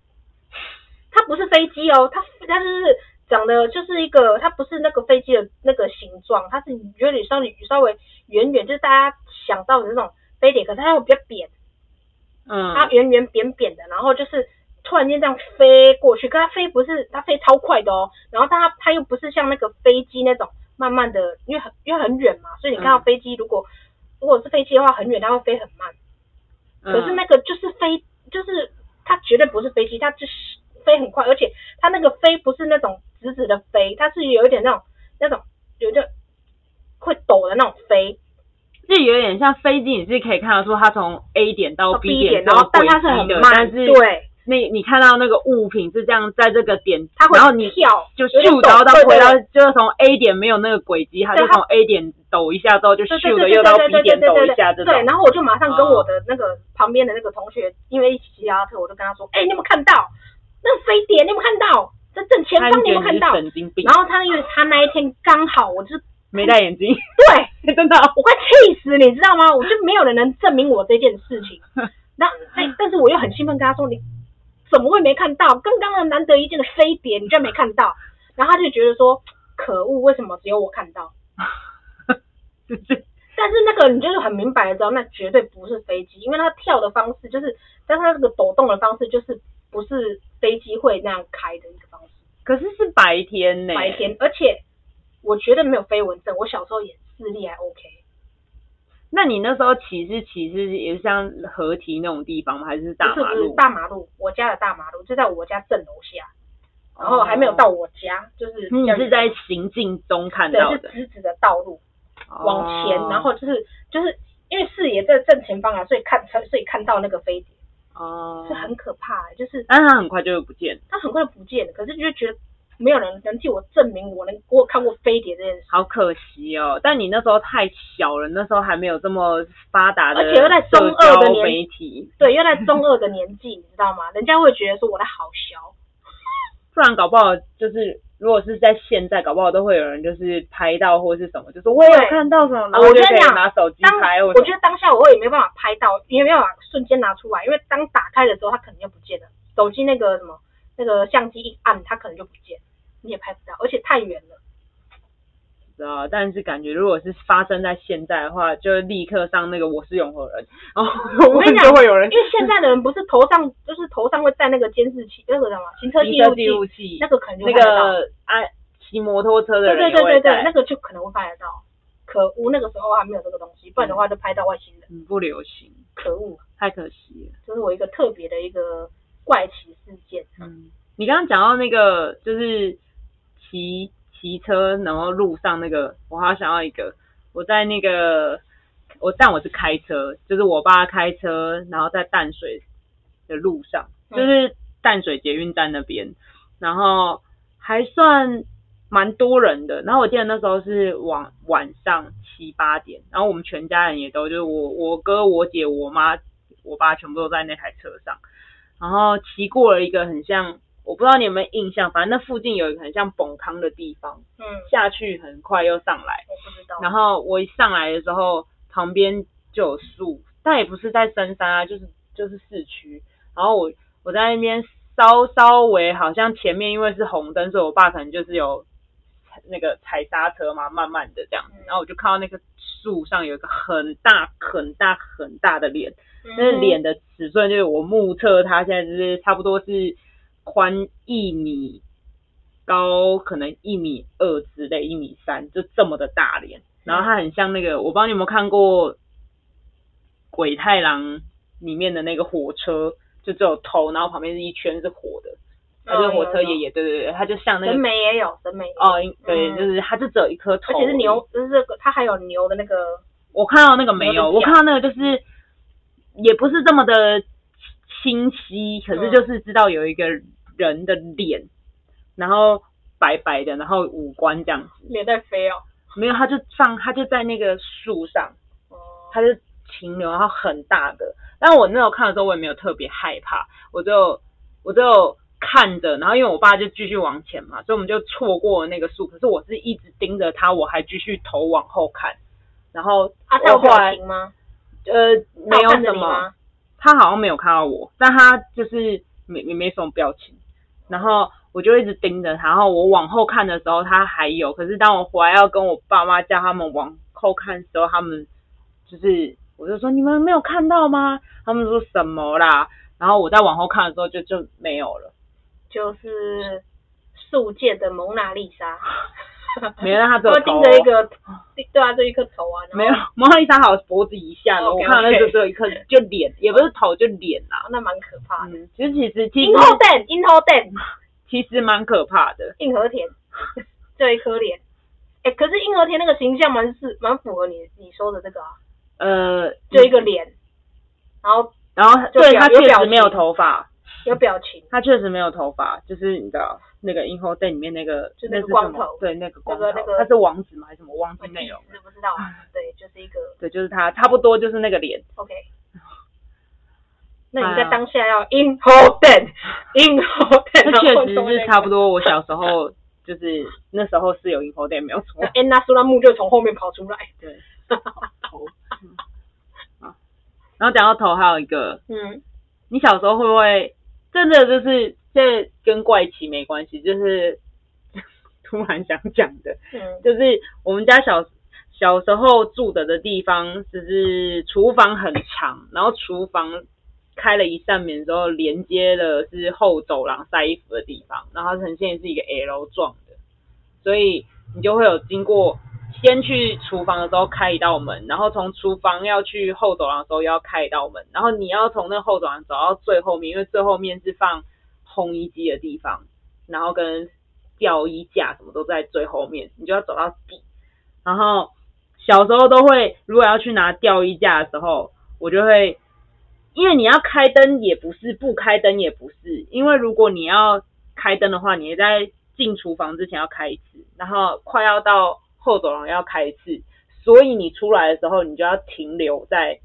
[SPEAKER 1] 它不是飞机哦，它它就是长得就是一个，它不是那个飞机的那个形状，它是有点稍微稍微圆圆，就是大家想到的那种飞碟，可是它又比较扁，
[SPEAKER 2] 嗯，
[SPEAKER 1] 它圆圆扁扁的，然后就是突然间这样飞过去，可它飞不是它飞超快的哦，然后但它它又不是像那个飞机那种慢慢的，因为很因为很远嘛，所以你看到
[SPEAKER 2] 嗯
[SPEAKER 1] 飞机如果、如果是飞机的话很远，它会飞很慢，
[SPEAKER 2] 嗯
[SPEAKER 1] 可是那个就是飞就是它绝对不是飞机，它就是飞很快，而且它那个飞不是那种直直的飞，它是有一点那种那种有一点会抖的那种飞，
[SPEAKER 2] 就有点像飞机，你是可以看得出它从 A 点到
[SPEAKER 1] 到
[SPEAKER 2] B
[SPEAKER 1] 哦点，
[SPEAKER 2] 之
[SPEAKER 1] 然后但它是
[SPEAKER 2] 轨迹
[SPEAKER 1] 很
[SPEAKER 2] 的
[SPEAKER 1] 慢，
[SPEAKER 2] 但是
[SPEAKER 1] 对，
[SPEAKER 2] 那你看到那个物品是这样在这个点，
[SPEAKER 1] 它会
[SPEAKER 2] 然后你
[SPEAKER 1] 跳，
[SPEAKER 2] 就
[SPEAKER 1] 有点
[SPEAKER 2] 咻，
[SPEAKER 1] 抖
[SPEAKER 2] 然后到
[SPEAKER 1] 对
[SPEAKER 2] 回
[SPEAKER 1] 对
[SPEAKER 2] 到
[SPEAKER 1] 对
[SPEAKER 2] 就是从 A 点没有那个轨迹，它
[SPEAKER 1] 对
[SPEAKER 2] 就
[SPEAKER 1] 它
[SPEAKER 2] 从 A 点抖一下之后就
[SPEAKER 1] 对对
[SPEAKER 2] 咻的
[SPEAKER 1] 对
[SPEAKER 2] 又
[SPEAKER 1] 对
[SPEAKER 2] 到
[SPEAKER 1] 对
[SPEAKER 2] B
[SPEAKER 1] 对
[SPEAKER 2] 点
[SPEAKER 1] 对
[SPEAKER 2] 抖
[SPEAKER 1] 对
[SPEAKER 2] 一下这
[SPEAKER 1] 对
[SPEAKER 2] 种
[SPEAKER 1] 对，。然后我就马上跟
[SPEAKER 2] 哦
[SPEAKER 1] 我的那个旁边的那个同学，因为一起骑脚踏车，我就跟他说，哎，你有没有看到那个飞碟？你有没有看到？在正前
[SPEAKER 2] 他
[SPEAKER 1] 方
[SPEAKER 2] 就
[SPEAKER 1] 你有没有看
[SPEAKER 2] 觉得你是
[SPEAKER 1] 到？
[SPEAKER 2] 神经病
[SPEAKER 1] 然，后他因为他那一天刚好，我就是
[SPEAKER 2] 没戴眼镜， [LAUGHS]
[SPEAKER 1] 对
[SPEAKER 2] 真的哦。
[SPEAKER 1] 我快气死，你知道吗？我就没有人能证明我这件事
[SPEAKER 2] [LAUGHS]
[SPEAKER 1] 情。那但但是我又很兴奋，跟他说你怎么会没看到？跟刚刚难得一见的飞碟，你居然没看到？然后他就觉得说可恶，为什么只有我看到？
[SPEAKER 2] 就是
[SPEAKER 1] 但是那个你就是很明白的知道，那绝对不是飞机，因为它跳的方式就是，但它这个抖动的方式就是不是飞机会那样开的一个方式。
[SPEAKER 2] [LAUGHS] 可是是白天呢，
[SPEAKER 1] 白天，而且我绝对没有飞蚊症，我小时候也视力还 OK。
[SPEAKER 2] 那你那时候骑是骑是也是像合体那种地方吗？还是大
[SPEAKER 1] 不
[SPEAKER 2] 马
[SPEAKER 1] 是不是
[SPEAKER 2] 路？
[SPEAKER 1] 大马路，我家的大马路就在我家正楼下，然后还没有到我家，就是比
[SPEAKER 2] 哦你
[SPEAKER 1] 较
[SPEAKER 2] 嗯是
[SPEAKER 1] 远
[SPEAKER 2] 在行进中看到
[SPEAKER 1] 对，是
[SPEAKER 2] 的，
[SPEAKER 1] 直直的道路往前，
[SPEAKER 2] 哦
[SPEAKER 1] 然后就是就是因为视野在正前方啊，所以看所以看到那个飞碟
[SPEAKER 2] 哦，
[SPEAKER 1] 是很可怕、欸就是
[SPEAKER 2] 但是它很快就会不见了，
[SPEAKER 1] 它很快就不见了，可是就觉得没有人能替我证明我能我有看过飞碟这件事，
[SPEAKER 2] 好可惜哦。但你那时候太小了，那时候还没有这么发达的
[SPEAKER 1] 而且又在中二
[SPEAKER 2] 社
[SPEAKER 1] 的
[SPEAKER 2] 交
[SPEAKER 1] 年
[SPEAKER 2] 媒体，
[SPEAKER 1] 对，因为在中二的年纪，你知道吗？人家会觉得说我在好小，
[SPEAKER 2] 不然搞不好就是。如果是在现在，搞不好都会有人就是拍到或是什么，就说我也有
[SPEAKER 1] 对
[SPEAKER 2] 看到什么，然
[SPEAKER 1] 啊
[SPEAKER 2] 后
[SPEAKER 1] 我
[SPEAKER 2] 就
[SPEAKER 1] 跟
[SPEAKER 2] 可
[SPEAKER 1] 你
[SPEAKER 2] 以
[SPEAKER 1] 讲
[SPEAKER 2] 拿手机
[SPEAKER 1] 当
[SPEAKER 2] 拍或
[SPEAKER 1] 我
[SPEAKER 2] 什么。
[SPEAKER 1] 觉得当下我也没办法拍到，也没办法瞬间拿出来，因为当打开的时候，它可能就不见了。手机那个什么那个相机一按，它可能就不见，你也拍不到，而且太远了。
[SPEAKER 2] 知道，但是感觉如果是发生在现在的话，就立刻上那个我是永和人，然后
[SPEAKER 1] 我跟你
[SPEAKER 2] 就
[SPEAKER 1] 讲
[SPEAKER 2] 会有人
[SPEAKER 1] 因为现在的人不是头上就是头上会戴那个监视器，那个什么行车记
[SPEAKER 2] 行车
[SPEAKER 1] 录
[SPEAKER 2] 记录
[SPEAKER 1] 器，
[SPEAKER 2] 器
[SPEAKER 1] 那，个可能就
[SPEAKER 2] 那
[SPEAKER 1] 看得到。
[SPEAKER 2] 个啊骑摩托车的
[SPEAKER 1] 对
[SPEAKER 2] 人
[SPEAKER 1] 对
[SPEAKER 2] 也
[SPEAKER 1] 对
[SPEAKER 2] 会
[SPEAKER 1] 对对，那
[SPEAKER 2] 在，
[SPEAKER 1] 个就可能会拍得到。可恶，那个时候还没有这个东西，不然的话就拍到外星人。
[SPEAKER 2] 嗯不流行，
[SPEAKER 1] 可恶，
[SPEAKER 2] 太可惜了。
[SPEAKER 1] 这是我一个特别的一个怪奇事件。
[SPEAKER 2] 嗯，你刚刚讲到那个就是骑骑车，然后路上那个，我好想要一个，我在那个我但我是开车，就是我爸开车，然后在淡水的路上，
[SPEAKER 1] 嗯
[SPEAKER 2] 就是淡水捷运站那边，然后还算蛮多人的。然后我记得那时候是晚晚上七八点，然后我们全家人也都就是我我哥、我姐、我妈、我爸全部都在那台车上，然后骑过了一个很像。我不知道你有没有印象，反正那附近有一个很像崩康的地方，
[SPEAKER 1] 嗯，
[SPEAKER 2] 下去很快又上来，
[SPEAKER 1] 我不知道。
[SPEAKER 2] 然后我一上来的时候，旁边就有树，但也不是在深山啊，就是就是市区。然后我我在那边稍稍微好像前面因为是红灯，所以我爸可能就是有踩那个踩刹车嘛，慢慢的这样子。然后我就看到那个树上有一个很大很大很大的脸，那
[SPEAKER 1] 嗯
[SPEAKER 2] 脸的尺寸就是我目测它现在就是差不多是宽一米，高可能一米二之类，一米三，就这么的大脸。然后它很像那个，我不知道你有没有看过《鬼太郎》里面的那个火车，就只有头，然后旁边是一圈是火的，它就是火车
[SPEAKER 1] 嗯哦有有
[SPEAKER 2] 爷爷，对对对，它就像那
[SPEAKER 1] 审
[SPEAKER 2] 个
[SPEAKER 1] 美也有，审美也有，
[SPEAKER 2] 哦，对，
[SPEAKER 1] 嗯
[SPEAKER 2] 就是它就只有一颗头，
[SPEAKER 1] 而且是牛，就是这个它还有牛的那个，
[SPEAKER 2] 我看到那个没
[SPEAKER 1] 有
[SPEAKER 2] 有，
[SPEAKER 1] 点
[SPEAKER 2] 我看到那个就是也不是这么的清晰，可是就是知道有一个人的脸，然后白白的，然后五官这样子，
[SPEAKER 1] 脸在飞哦。
[SPEAKER 2] 没有，他就上，他就在那个树上，
[SPEAKER 1] 哦，
[SPEAKER 2] 他就停留，然后很大的。但我那时候看的时候，我也没有特别害怕，我就我就看着，然后因为我爸就继续往前嘛，所以我们就错过了那个树。可是我是一直盯着他，我还继续头往后看，然后
[SPEAKER 1] 啊，它有
[SPEAKER 2] 我后
[SPEAKER 1] 表
[SPEAKER 2] 来。
[SPEAKER 1] 情吗？
[SPEAKER 2] 呃，没
[SPEAKER 1] 它
[SPEAKER 2] 有
[SPEAKER 1] 看着
[SPEAKER 2] 什
[SPEAKER 1] 你
[SPEAKER 2] 么，
[SPEAKER 1] 吗？
[SPEAKER 2] 他好像没有看到我，但他就是没没没什么表情，然后我就一直盯着他，然后我往后看的时候他还有，可是当我回来要跟我爸妈叫他们往后看的时候，他们就是我就说你们没有看到吗？他们说什么啦？然后我再往后看的时候就就没有了，
[SPEAKER 1] 就是树界的蒙娜丽
[SPEAKER 2] [LAUGHS]
[SPEAKER 1] 莎，
[SPEAKER 2] 没有，他只有
[SPEAKER 1] 都
[SPEAKER 2] 头
[SPEAKER 1] 盯
[SPEAKER 2] 哦
[SPEAKER 1] 着一个，对啊，就一颗头啊，然后
[SPEAKER 2] 没有，蒙娜丽莎好像脖子以下的，
[SPEAKER 1] 哦
[SPEAKER 2] 我
[SPEAKER 1] ，OK，
[SPEAKER 2] 看到那
[SPEAKER 1] OK
[SPEAKER 2] 就只有一颗，就脸，也不是头，就脸啦。
[SPEAKER 1] 啊那蛮可怕的。
[SPEAKER 2] 嗯，其实其实其实
[SPEAKER 1] 樱桃蛋，樱桃蛋，
[SPEAKER 2] 其实蛮可怕的。
[SPEAKER 1] 硬和 [LAUGHS] 田，这一颗脸。哎、可是硬和田那个形象蛮是蛮符合你你说的这个啊，
[SPEAKER 2] 呃，
[SPEAKER 1] 就一个脸，然后
[SPEAKER 2] 然后
[SPEAKER 1] 就
[SPEAKER 2] 哦对
[SPEAKER 1] 表
[SPEAKER 2] 他
[SPEAKER 1] 有
[SPEAKER 2] 确
[SPEAKER 1] 表
[SPEAKER 2] 实没有
[SPEAKER 1] 情
[SPEAKER 2] 头发，
[SPEAKER 1] 有表情，
[SPEAKER 2] 他确实没有头发，就是你知道那个《银后队》里面那个
[SPEAKER 1] 就
[SPEAKER 2] 那
[SPEAKER 1] 那个
[SPEAKER 2] 是什
[SPEAKER 1] 光
[SPEAKER 2] 么
[SPEAKER 1] 头
[SPEAKER 2] 对，那个光头，
[SPEAKER 1] 那个那个
[SPEAKER 2] 他是王子吗？还是什么？我忘
[SPEAKER 1] 我
[SPEAKER 2] 记内容嗯了。
[SPEAKER 1] 是不知道啊，对，就是一个
[SPEAKER 2] 对，就是他，差不多就是那个 [LAUGHS] 脸。
[SPEAKER 1] OK。那你在当下要 in hold down in hold
[SPEAKER 2] 那
[SPEAKER 1] down，
[SPEAKER 2] 确实是差不
[SPEAKER 1] 多。
[SPEAKER 2] 多。我小时 [LAUGHS] 候就是那时候是有《银后队》没有 [LAUGHS] 错
[SPEAKER 1] 那。安娜苏拉木就从后面跑出来，
[SPEAKER 2] 对，头。啊，然后讲到头，还有一个，
[SPEAKER 1] 嗯，
[SPEAKER 2] 你小时候会不会真的就是这跟怪奇没关系，就是 [LAUGHS] 突然想讲的，
[SPEAKER 1] 嗯，
[SPEAKER 2] 就是我们家小小时候住的的地方，就是厨房很长，然后厨房开了一扇门之后，连接了是后走廊晒衣服的地方，然后它呈现是一个 L 状的，所以你就会有经过。先去厨房的时候开一道门，然后从厨房要去后走廊的时候又要开一道门，然后你要从那后走廊走到最后面，因为最后面是放烘衣机的地方，然后跟吊衣架什么都在最后面，你就要走到底。然后小时候都会，如果要去拿吊衣架的时候，我就会，因为你要开灯也不是，不开灯也不是，因为如果你要开灯的话，你在进厨房之前要开一次，然后快要到后走廊要开一次，所以你出来的时候，你就要停留在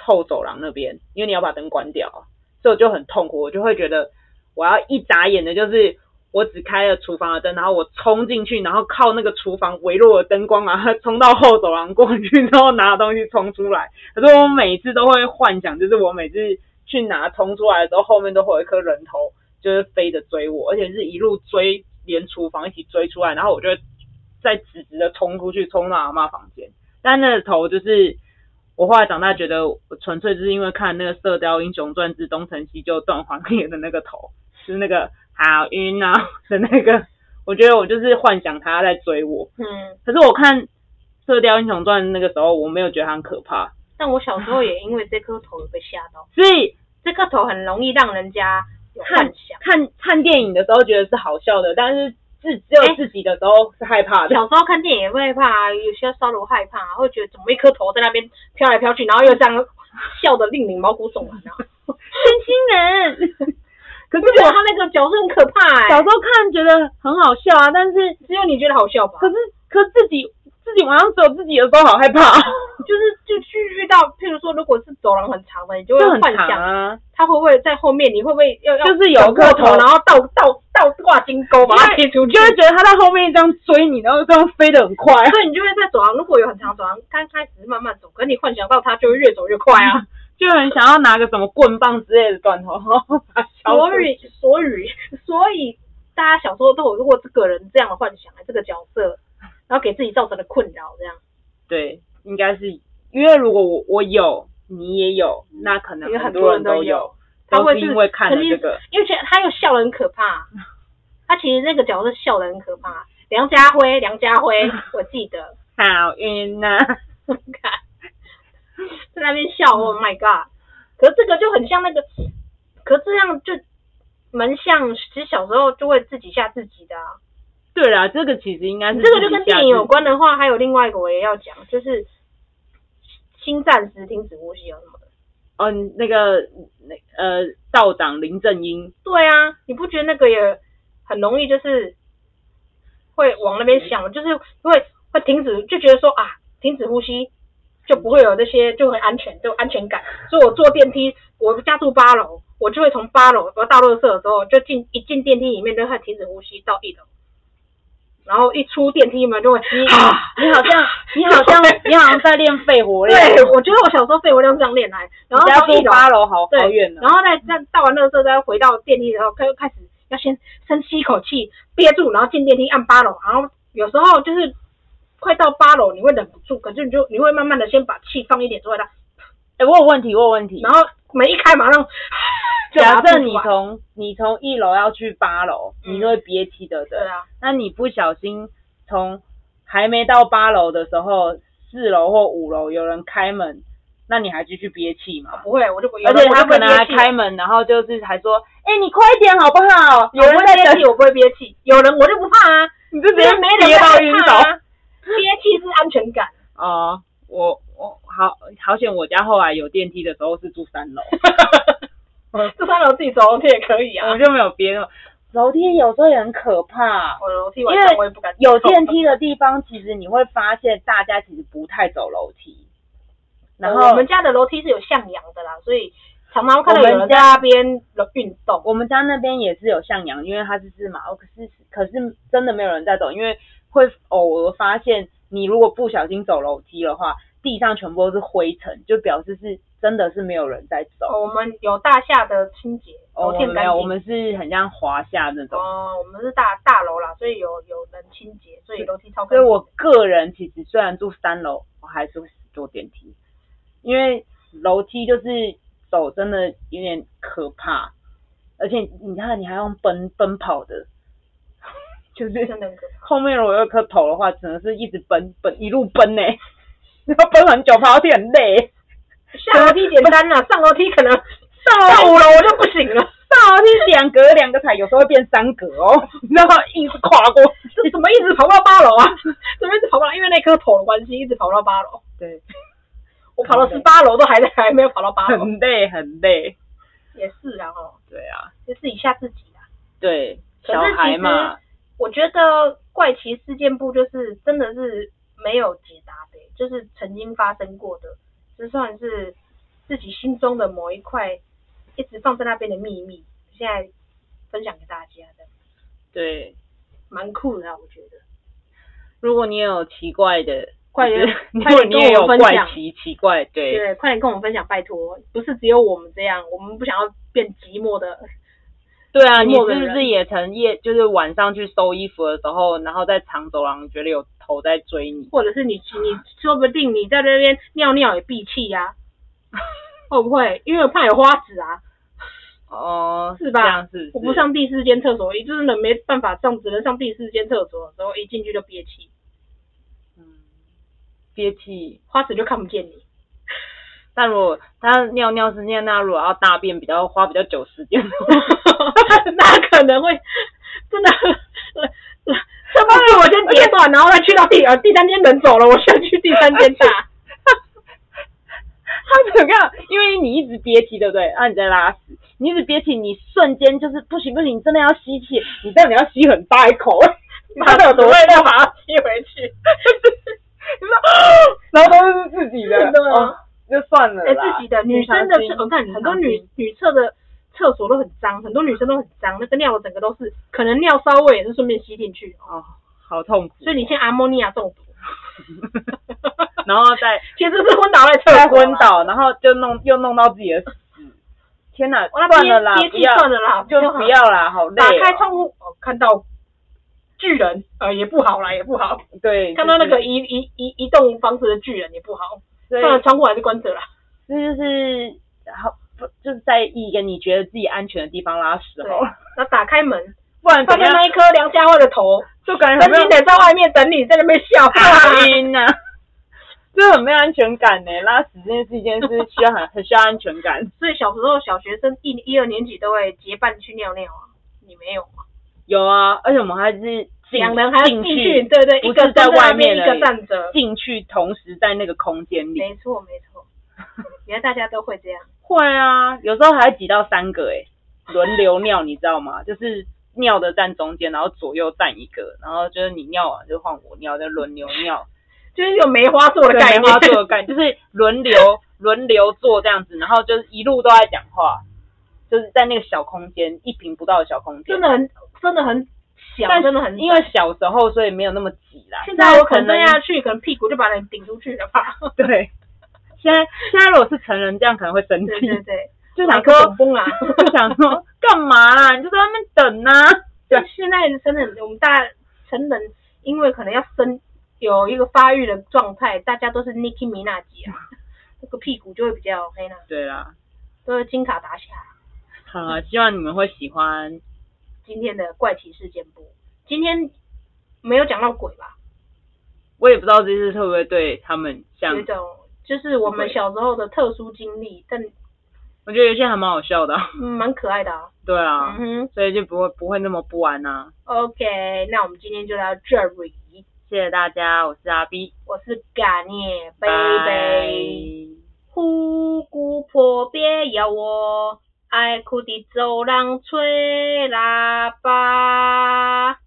[SPEAKER 2] 后走廊那边，因为你要把灯关掉啊，所以我就很痛苦，我就会觉得我要一眨眼的就是我只开了厨房的灯，然后我冲进去，然后靠那个厨房微弱的灯光，然后 [LAUGHS] 冲到后走廊过去，然后拿东西冲出来。可是我每次都会幻想，就是我每次去拿冲出来的时候，后面都会有一颗人头，就是飞着追我，而且是一路追，连厨房一起追出来，然后我就会再直直的冲出去，冲到啊阿妈房间。但那个头就是我后来长大觉得，我纯粹就是因为看那个《射雕英雄传之东成西就断黄连》的那个头，就是那个好晕啊的那个， [LAUGHS] 我觉得我就是幻想他在追我。
[SPEAKER 1] 嗯，
[SPEAKER 2] 可是我看《射雕英雄传》那个时候，我没有觉得他很可怕，
[SPEAKER 1] 但我小时候也因为这颗头有被吓到，
[SPEAKER 2] 所以
[SPEAKER 1] 这颗头很容易让人家有幻想。
[SPEAKER 2] 看看电影的时候觉得是好笑的，但是自只有
[SPEAKER 1] 哎
[SPEAKER 2] 自己的时候是害怕的。
[SPEAKER 1] 小时候看电影也会害怕啊，有些稍微害怕、啊，会觉得怎么一颗头在那边飘来飘去，然后又这样笑得令人毛骨悚然 [LAUGHS] 啊！
[SPEAKER 2] 新人， [LAUGHS] 可
[SPEAKER 1] 可
[SPEAKER 2] 是
[SPEAKER 1] 是
[SPEAKER 2] 我
[SPEAKER 1] 他那个角色很可怕哎、
[SPEAKER 2] 小时候看觉得很好笑啊，但是
[SPEAKER 1] 只有你觉得好笑吧？
[SPEAKER 2] 可是可是自己自己晚上只有自己的时候好害怕，
[SPEAKER 1] 就是就去遇到，譬如说，如果是走廊很长的，你就
[SPEAKER 2] 就
[SPEAKER 1] 会
[SPEAKER 2] 很
[SPEAKER 1] 幻
[SPEAKER 2] 长
[SPEAKER 1] 想
[SPEAKER 2] 啊。
[SPEAKER 1] 他会不会在后面，你会不会要要
[SPEAKER 2] 就是有
[SPEAKER 1] 个
[SPEAKER 2] 个
[SPEAKER 1] 头，
[SPEAKER 2] 头
[SPEAKER 1] 然后倒倒倒挂金钩把它踢出
[SPEAKER 2] 你
[SPEAKER 1] 去
[SPEAKER 2] 就，会觉得他在后面这样追你，然后这样飞得很快啊。
[SPEAKER 1] 所以你就会在走廊，如果有很长走廊，刚开始是慢慢走，可你幻想到它就会越走越快
[SPEAKER 2] [LAUGHS]
[SPEAKER 1] 啊。
[SPEAKER 2] 就很想要拿个什么棍棒之类的短头，然 [LAUGHS] 后把小
[SPEAKER 1] 所以所以所以大家小时候都有过这个人这样的幻想，这个角色，然后给自己造成的困扰这样。
[SPEAKER 2] 对，应该是因为如果我我有，你也有，那可能
[SPEAKER 1] 因为很
[SPEAKER 2] 多
[SPEAKER 1] 多
[SPEAKER 2] 人
[SPEAKER 1] 人都
[SPEAKER 2] 有
[SPEAKER 1] 有，他
[SPEAKER 2] 都
[SPEAKER 1] 会
[SPEAKER 2] 是
[SPEAKER 1] 是
[SPEAKER 2] 因为看了这个，
[SPEAKER 1] 因为觉得他又笑得很可怕，他其实那个角色笑得很可怕。梁家辉，梁家辉，我记得， [LAUGHS]
[SPEAKER 2] 好晕呐、
[SPEAKER 1] 看在那边笑，Oh my god！可是这个就很像那个，可是这样就蛮像，其实小时候就会自己吓自己的、啊。
[SPEAKER 2] [LAUGHS] 对啦，这个其实应该是
[SPEAKER 1] 你这个就跟电影有关
[SPEAKER 2] 的，
[SPEAKER 1] 的话，还有另外一个我也要讲，就是《心暂时停止呼吸》有什么的。
[SPEAKER 2] 哦，你那个那呃道长林正英，
[SPEAKER 1] 对啊，你不觉得那个也很容易就是会往那边想，就是会会停止，就觉得说啊，停止呼吸就不会有这些，就很安全，就有安全感。所以我坐电梯，我家住八楼，我就会从八楼我要到垃圾的时候，就进一进电梯里面就会停止呼吸到一楼，然后一出电梯门就会
[SPEAKER 2] 你、
[SPEAKER 1] 啊，
[SPEAKER 2] 你好像你好 [LAUGHS] 像你好像在练肺活量，
[SPEAKER 1] 对，我觉得我小时候肺活量是这样练来，然后
[SPEAKER 2] 你家
[SPEAKER 1] 到一
[SPEAKER 2] 住
[SPEAKER 1] 楼
[SPEAKER 2] 八楼好好
[SPEAKER 1] 对，
[SPEAKER 2] 远呢、
[SPEAKER 1] 然后再再倒完垃圾，再回到电梯的时候，开开始要先深吸一口气，憋住，然后进电梯按八楼，然后有时候就是快到八楼，你会忍不住，可是你就你会慢慢的先把气放一点出来，
[SPEAKER 2] 哎、我有问题，我有问题。
[SPEAKER 1] 然后门一开马上就把它
[SPEAKER 2] 假
[SPEAKER 1] 吐出
[SPEAKER 2] 设
[SPEAKER 1] 来
[SPEAKER 2] 你从你从一楼要去八楼，
[SPEAKER 1] 嗯
[SPEAKER 2] 你就会憋气，对不对？
[SPEAKER 1] 对啊，
[SPEAKER 2] 那你不小心从还没到八楼的时候，四楼或五楼有人开门，那你还继续憋气吗？
[SPEAKER 1] 不会，我就不
[SPEAKER 2] 而且他
[SPEAKER 1] 可
[SPEAKER 2] 可能
[SPEAKER 1] 能
[SPEAKER 2] 还开门，然后就是还说：“哎、你快点好不好？有
[SPEAKER 1] 有人
[SPEAKER 2] 人在
[SPEAKER 1] [LAUGHS] 在憋
[SPEAKER 2] 等
[SPEAKER 1] 气，。我不会憋气，有人我就不怕啊，”
[SPEAKER 2] 你就直
[SPEAKER 1] 没
[SPEAKER 2] 接
[SPEAKER 1] 人没人
[SPEAKER 2] 憋到晕
[SPEAKER 1] 怕
[SPEAKER 2] 倒。
[SPEAKER 1] 啊，憋气是安全感，
[SPEAKER 2] 哦，我我好好险，我家后来有电梯的时候是住
[SPEAKER 1] [LAUGHS]
[SPEAKER 2] 三楼，
[SPEAKER 1] 就算楼自己走楼梯也可以啊
[SPEAKER 2] 我，就没有憋那么。楼梯有时候也很可怕，
[SPEAKER 1] 我楼梯晚上我也不敢，
[SPEAKER 2] 有电，梯的地方，其实你会发现大家其实不太走楼梯。然后
[SPEAKER 1] 哦我们家的楼梯是有向阳的啦，所以常常会看到
[SPEAKER 2] 我们
[SPEAKER 1] 有人在那边运动，
[SPEAKER 2] 我们家那边也是有向阳，因为它是是马路，可是可是真的没有人在走，因为会偶尔发现你如果不小心走楼梯的话，地上全部都是灰尘，就表示是真的是没有人在走。
[SPEAKER 1] 哦我们有大厦的清洁，楼
[SPEAKER 2] 哦，我
[SPEAKER 1] 梯
[SPEAKER 2] 们
[SPEAKER 1] 很
[SPEAKER 2] 没
[SPEAKER 1] 干
[SPEAKER 2] 有，我
[SPEAKER 1] 净。
[SPEAKER 2] 们是很像华夏那种。
[SPEAKER 1] 哦，我们是大大楼啦，所以有有人清洁，所以楼梯超干
[SPEAKER 2] 所以
[SPEAKER 1] 净。
[SPEAKER 2] 我个人其实虽然住三楼，我还是会坐电梯，因为楼梯就是走真的有点可怕，而且你看你还用奔奔跑的， [LAUGHS] 就是
[SPEAKER 1] 真的很可怕。
[SPEAKER 2] 后面如果有一颗头的话，只能是一直奔奔一路奔呢、 [LAUGHS] 要奔很久，爬楼梯很累。
[SPEAKER 1] 下楼梯简单啦，上楼梯可能
[SPEAKER 2] 上
[SPEAKER 1] 到
[SPEAKER 2] 楼
[SPEAKER 1] 五楼我就不行了，
[SPEAKER 2] 上楼梯是两格两个踩，有时候会变三格哦， [LAUGHS] 然后硬是跨过。
[SPEAKER 1] 这怎么一直跑到八楼啊？怎么一直跑到？因为那颗头的关系，一直跑到八楼。
[SPEAKER 2] [LAUGHS] 对，
[SPEAKER 1] 我跑到十八楼都还在，还没有跑到八楼。
[SPEAKER 2] 很累很累。
[SPEAKER 1] 也是啊，哦，
[SPEAKER 2] 对啊，
[SPEAKER 1] 就自己吓自己啦。
[SPEAKER 2] 对，
[SPEAKER 1] 可
[SPEAKER 2] 小
[SPEAKER 1] 是其
[SPEAKER 2] 孩
[SPEAKER 1] 实
[SPEAKER 2] 嘛，
[SPEAKER 1] 我觉得怪奇事件簿就是真的是没有解答的，就是曾经发生过的，只算是自己心中的某一块一直放在那边的秘密，现在分享给大家的，
[SPEAKER 2] 对。
[SPEAKER 1] 蛮酷的、啊，我觉得。
[SPEAKER 2] 如果你也有奇怪的，
[SPEAKER 1] 快点
[SPEAKER 2] 就是 [LAUGHS] 如
[SPEAKER 1] 快点
[SPEAKER 2] 果你也
[SPEAKER 1] 跟
[SPEAKER 2] 有
[SPEAKER 1] 我分
[SPEAKER 2] 怪
[SPEAKER 1] 享
[SPEAKER 2] 奇奇怪，对，
[SPEAKER 1] 对，快点跟我们分享，拜托，不是只有我们这样，我们不想要变寂寞的。
[SPEAKER 2] 对啊，你
[SPEAKER 1] 陌
[SPEAKER 2] 是
[SPEAKER 1] 生
[SPEAKER 2] 不是
[SPEAKER 1] 人
[SPEAKER 2] 也曾夜就是晚上去收衣服的时候，然后在长走廊觉得有头在追你？
[SPEAKER 1] 或者是你你说不定你在那边尿尿也闭气呀、 [LAUGHS] 会不会？因为我怕有花籽啊，
[SPEAKER 2] 哦，
[SPEAKER 1] 是吧
[SPEAKER 2] 这样是
[SPEAKER 1] 我
[SPEAKER 2] 不
[SPEAKER 1] 不
[SPEAKER 2] 是？
[SPEAKER 1] 上第四间厕所，也就是没办法上，只能上第四间厕所的时候，一进去就憋气，
[SPEAKER 2] 嗯，憋气。
[SPEAKER 1] 花籽就看不
[SPEAKER 2] [LAUGHS]
[SPEAKER 1] 见你。 [LAUGHS]
[SPEAKER 2] 但如果他尿尿时间，那如果要大便比较花比较久时间，
[SPEAKER 1] 那可能会真的，这不是我先结算，然后再去到第呃第三间人走了，我先去第三间
[SPEAKER 2] [LAUGHS]
[SPEAKER 1] 大。
[SPEAKER 2] 他怎么样？因为你一直憋气，对不对？啊，你在拉屎，你一直憋气，你瞬间就是不行不行，你真的要吸气，你到底要吸很大一 [LAUGHS] 口，妈的有多
[SPEAKER 1] 要把它吸回去？
[SPEAKER 2] 你说，然后都是自 [LAUGHS] 己的，
[SPEAKER 1] 对啊
[SPEAKER 2] 哦，就算了
[SPEAKER 1] 哎、
[SPEAKER 2] 啦。
[SPEAKER 1] 自己的女生
[SPEAKER 2] 常
[SPEAKER 1] 的
[SPEAKER 2] 进
[SPEAKER 1] 厕，我看很多
[SPEAKER 2] 常进
[SPEAKER 1] 女女厕的厕所都很脏，很多女生都很脏，那个尿的整个都是，可能尿骚味也是顺便吸进去，
[SPEAKER 2] 哦，好痛苦， [LAUGHS]
[SPEAKER 1] 所以你先阿莫尼亚中毒，
[SPEAKER 2] 然后再
[SPEAKER 1] 其实是昏倒在厕所，啊
[SPEAKER 2] 再昏。倒，然后就弄又弄到自己的死。天哪，
[SPEAKER 1] 我那
[SPEAKER 2] 算了啦，
[SPEAKER 1] 憋
[SPEAKER 2] 不
[SPEAKER 1] 憋气
[SPEAKER 2] 要
[SPEAKER 1] 算了啦，
[SPEAKER 2] 就
[SPEAKER 1] 好
[SPEAKER 2] 不要啦，好累
[SPEAKER 1] 打
[SPEAKER 2] 哦。
[SPEAKER 1] 开窗户，哦，看到巨人，呃，也不好啦，也不好。[LAUGHS]
[SPEAKER 2] 对，
[SPEAKER 1] 看到那
[SPEAKER 2] 就
[SPEAKER 1] 个
[SPEAKER 2] 是，
[SPEAKER 1] 移移移移动房子的巨人也不好，
[SPEAKER 2] 所
[SPEAKER 1] 算
[SPEAKER 2] 以
[SPEAKER 1] 了，窗户还是关着啦。
[SPEAKER 2] 这嗯就是好不就是在一个你觉得自己安全的地方拉屎
[SPEAKER 1] 对
[SPEAKER 2] 好了，，
[SPEAKER 1] [LAUGHS] 那打开门，
[SPEAKER 2] 不然
[SPEAKER 1] 发
[SPEAKER 2] 哦怎么
[SPEAKER 1] 现
[SPEAKER 2] 样
[SPEAKER 1] 那一颗梁家辉的头，
[SPEAKER 2] 就感觉
[SPEAKER 1] 真
[SPEAKER 2] 很没
[SPEAKER 1] 心
[SPEAKER 2] 有啊
[SPEAKER 1] 的在外面等你，在那边笑。 [LAUGHS]
[SPEAKER 2] 晕呐， [LAUGHS] 就很没有安全感呢。拉屎这件事情是需要很很需要安全感。
[SPEAKER 1] 所以小时候小学生一一二年级都会结伴去尿尿啊，你没有吗？
[SPEAKER 2] [LAUGHS] 有啊，而且我们还是进
[SPEAKER 1] 两人还要进
[SPEAKER 2] 进
[SPEAKER 1] 去，
[SPEAKER 2] 去，
[SPEAKER 1] 对对，
[SPEAKER 2] 不
[SPEAKER 1] 一
[SPEAKER 2] 是
[SPEAKER 1] 个
[SPEAKER 2] 在
[SPEAKER 1] 站
[SPEAKER 2] 外
[SPEAKER 1] 那边
[SPEAKER 2] 面
[SPEAKER 1] 一
[SPEAKER 2] 而已
[SPEAKER 1] 个站着，
[SPEAKER 2] 进去同时在那个空间里。
[SPEAKER 1] 没错没
[SPEAKER 2] [LAUGHS]
[SPEAKER 1] 错，原来大家都会这样。
[SPEAKER 2] 会啊，有时候还挤到三个诶、轮流尿，你知道吗？ [LAUGHS] 就是尿的站中间，然后左右站一个，然后就是你尿完就换我尿，再轮流
[SPEAKER 1] [LAUGHS]
[SPEAKER 2] 尿，
[SPEAKER 1] 就是有梅花座的概
[SPEAKER 2] 对
[SPEAKER 1] 念，
[SPEAKER 2] 梅花座的概念，就是轮流 [LAUGHS] 轮流坐这样子，然后就是一路都在讲话，就是在那个小空间，一平不到的小空间，
[SPEAKER 1] 真的很真的很小，
[SPEAKER 2] 但
[SPEAKER 1] 真的很
[SPEAKER 2] 因为小时候所以没有那么挤啦。
[SPEAKER 1] 现在我可
[SPEAKER 2] 可
[SPEAKER 1] 能
[SPEAKER 2] 能
[SPEAKER 1] 蹲下去，可能屁股就把人顶出去了 [LAUGHS] 吧。
[SPEAKER 2] [LAUGHS] 对，现在现在如果是成人，这样可能会生
[SPEAKER 1] 对
[SPEAKER 2] 气
[SPEAKER 1] 对，对，
[SPEAKER 2] 就想
[SPEAKER 1] 说
[SPEAKER 2] 说 [LAUGHS]
[SPEAKER 1] 蹦蹦啊，
[SPEAKER 2] 就
[SPEAKER 1] [LAUGHS]
[SPEAKER 2] 想说干嘛啦？你就在外面等啊。对
[SPEAKER 1] 现在真的我们大成人，因为可能要生有一个发育的状态，大家都是 Nicki Minaj 啊， [LAUGHS] 那个屁股就会比较黑啦，
[SPEAKER 2] 对啦，
[SPEAKER 1] 都是金卡达下。
[SPEAKER 2] 好了，希望你们会喜欢。
[SPEAKER 1] 今天的怪奇事件簿，今天没有讲到鬼吧？
[SPEAKER 2] 我也不知道这次会不会对他们像
[SPEAKER 1] 有一，种就是我们
[SPEAKER 2] 不会
[SPEAKER 1] 小时候的特殊经历，但
[SPEAKER 2] 我觉得有些还蛮好笑的啊、 [LAUGHS]
[SPEAKER 1] 嗯蛮可爱的啊。
[SPEAKER 2] 对啊，
[SPEAKER 1] 嗯哼
[SPEAKER 2] 所以就不会不会那么不安啊。
[SPEAKER 1] ，OK，那我们今天就到这里，
[SPEAKER 2] 谢谢大家，我是阿 B，
[SPEAKER 1] 我是感念贝
[SPEAKER 2] 拜
[SPEAKER 1] 贝。呼姑婆别要我，爱哭的走廊吹喇叭。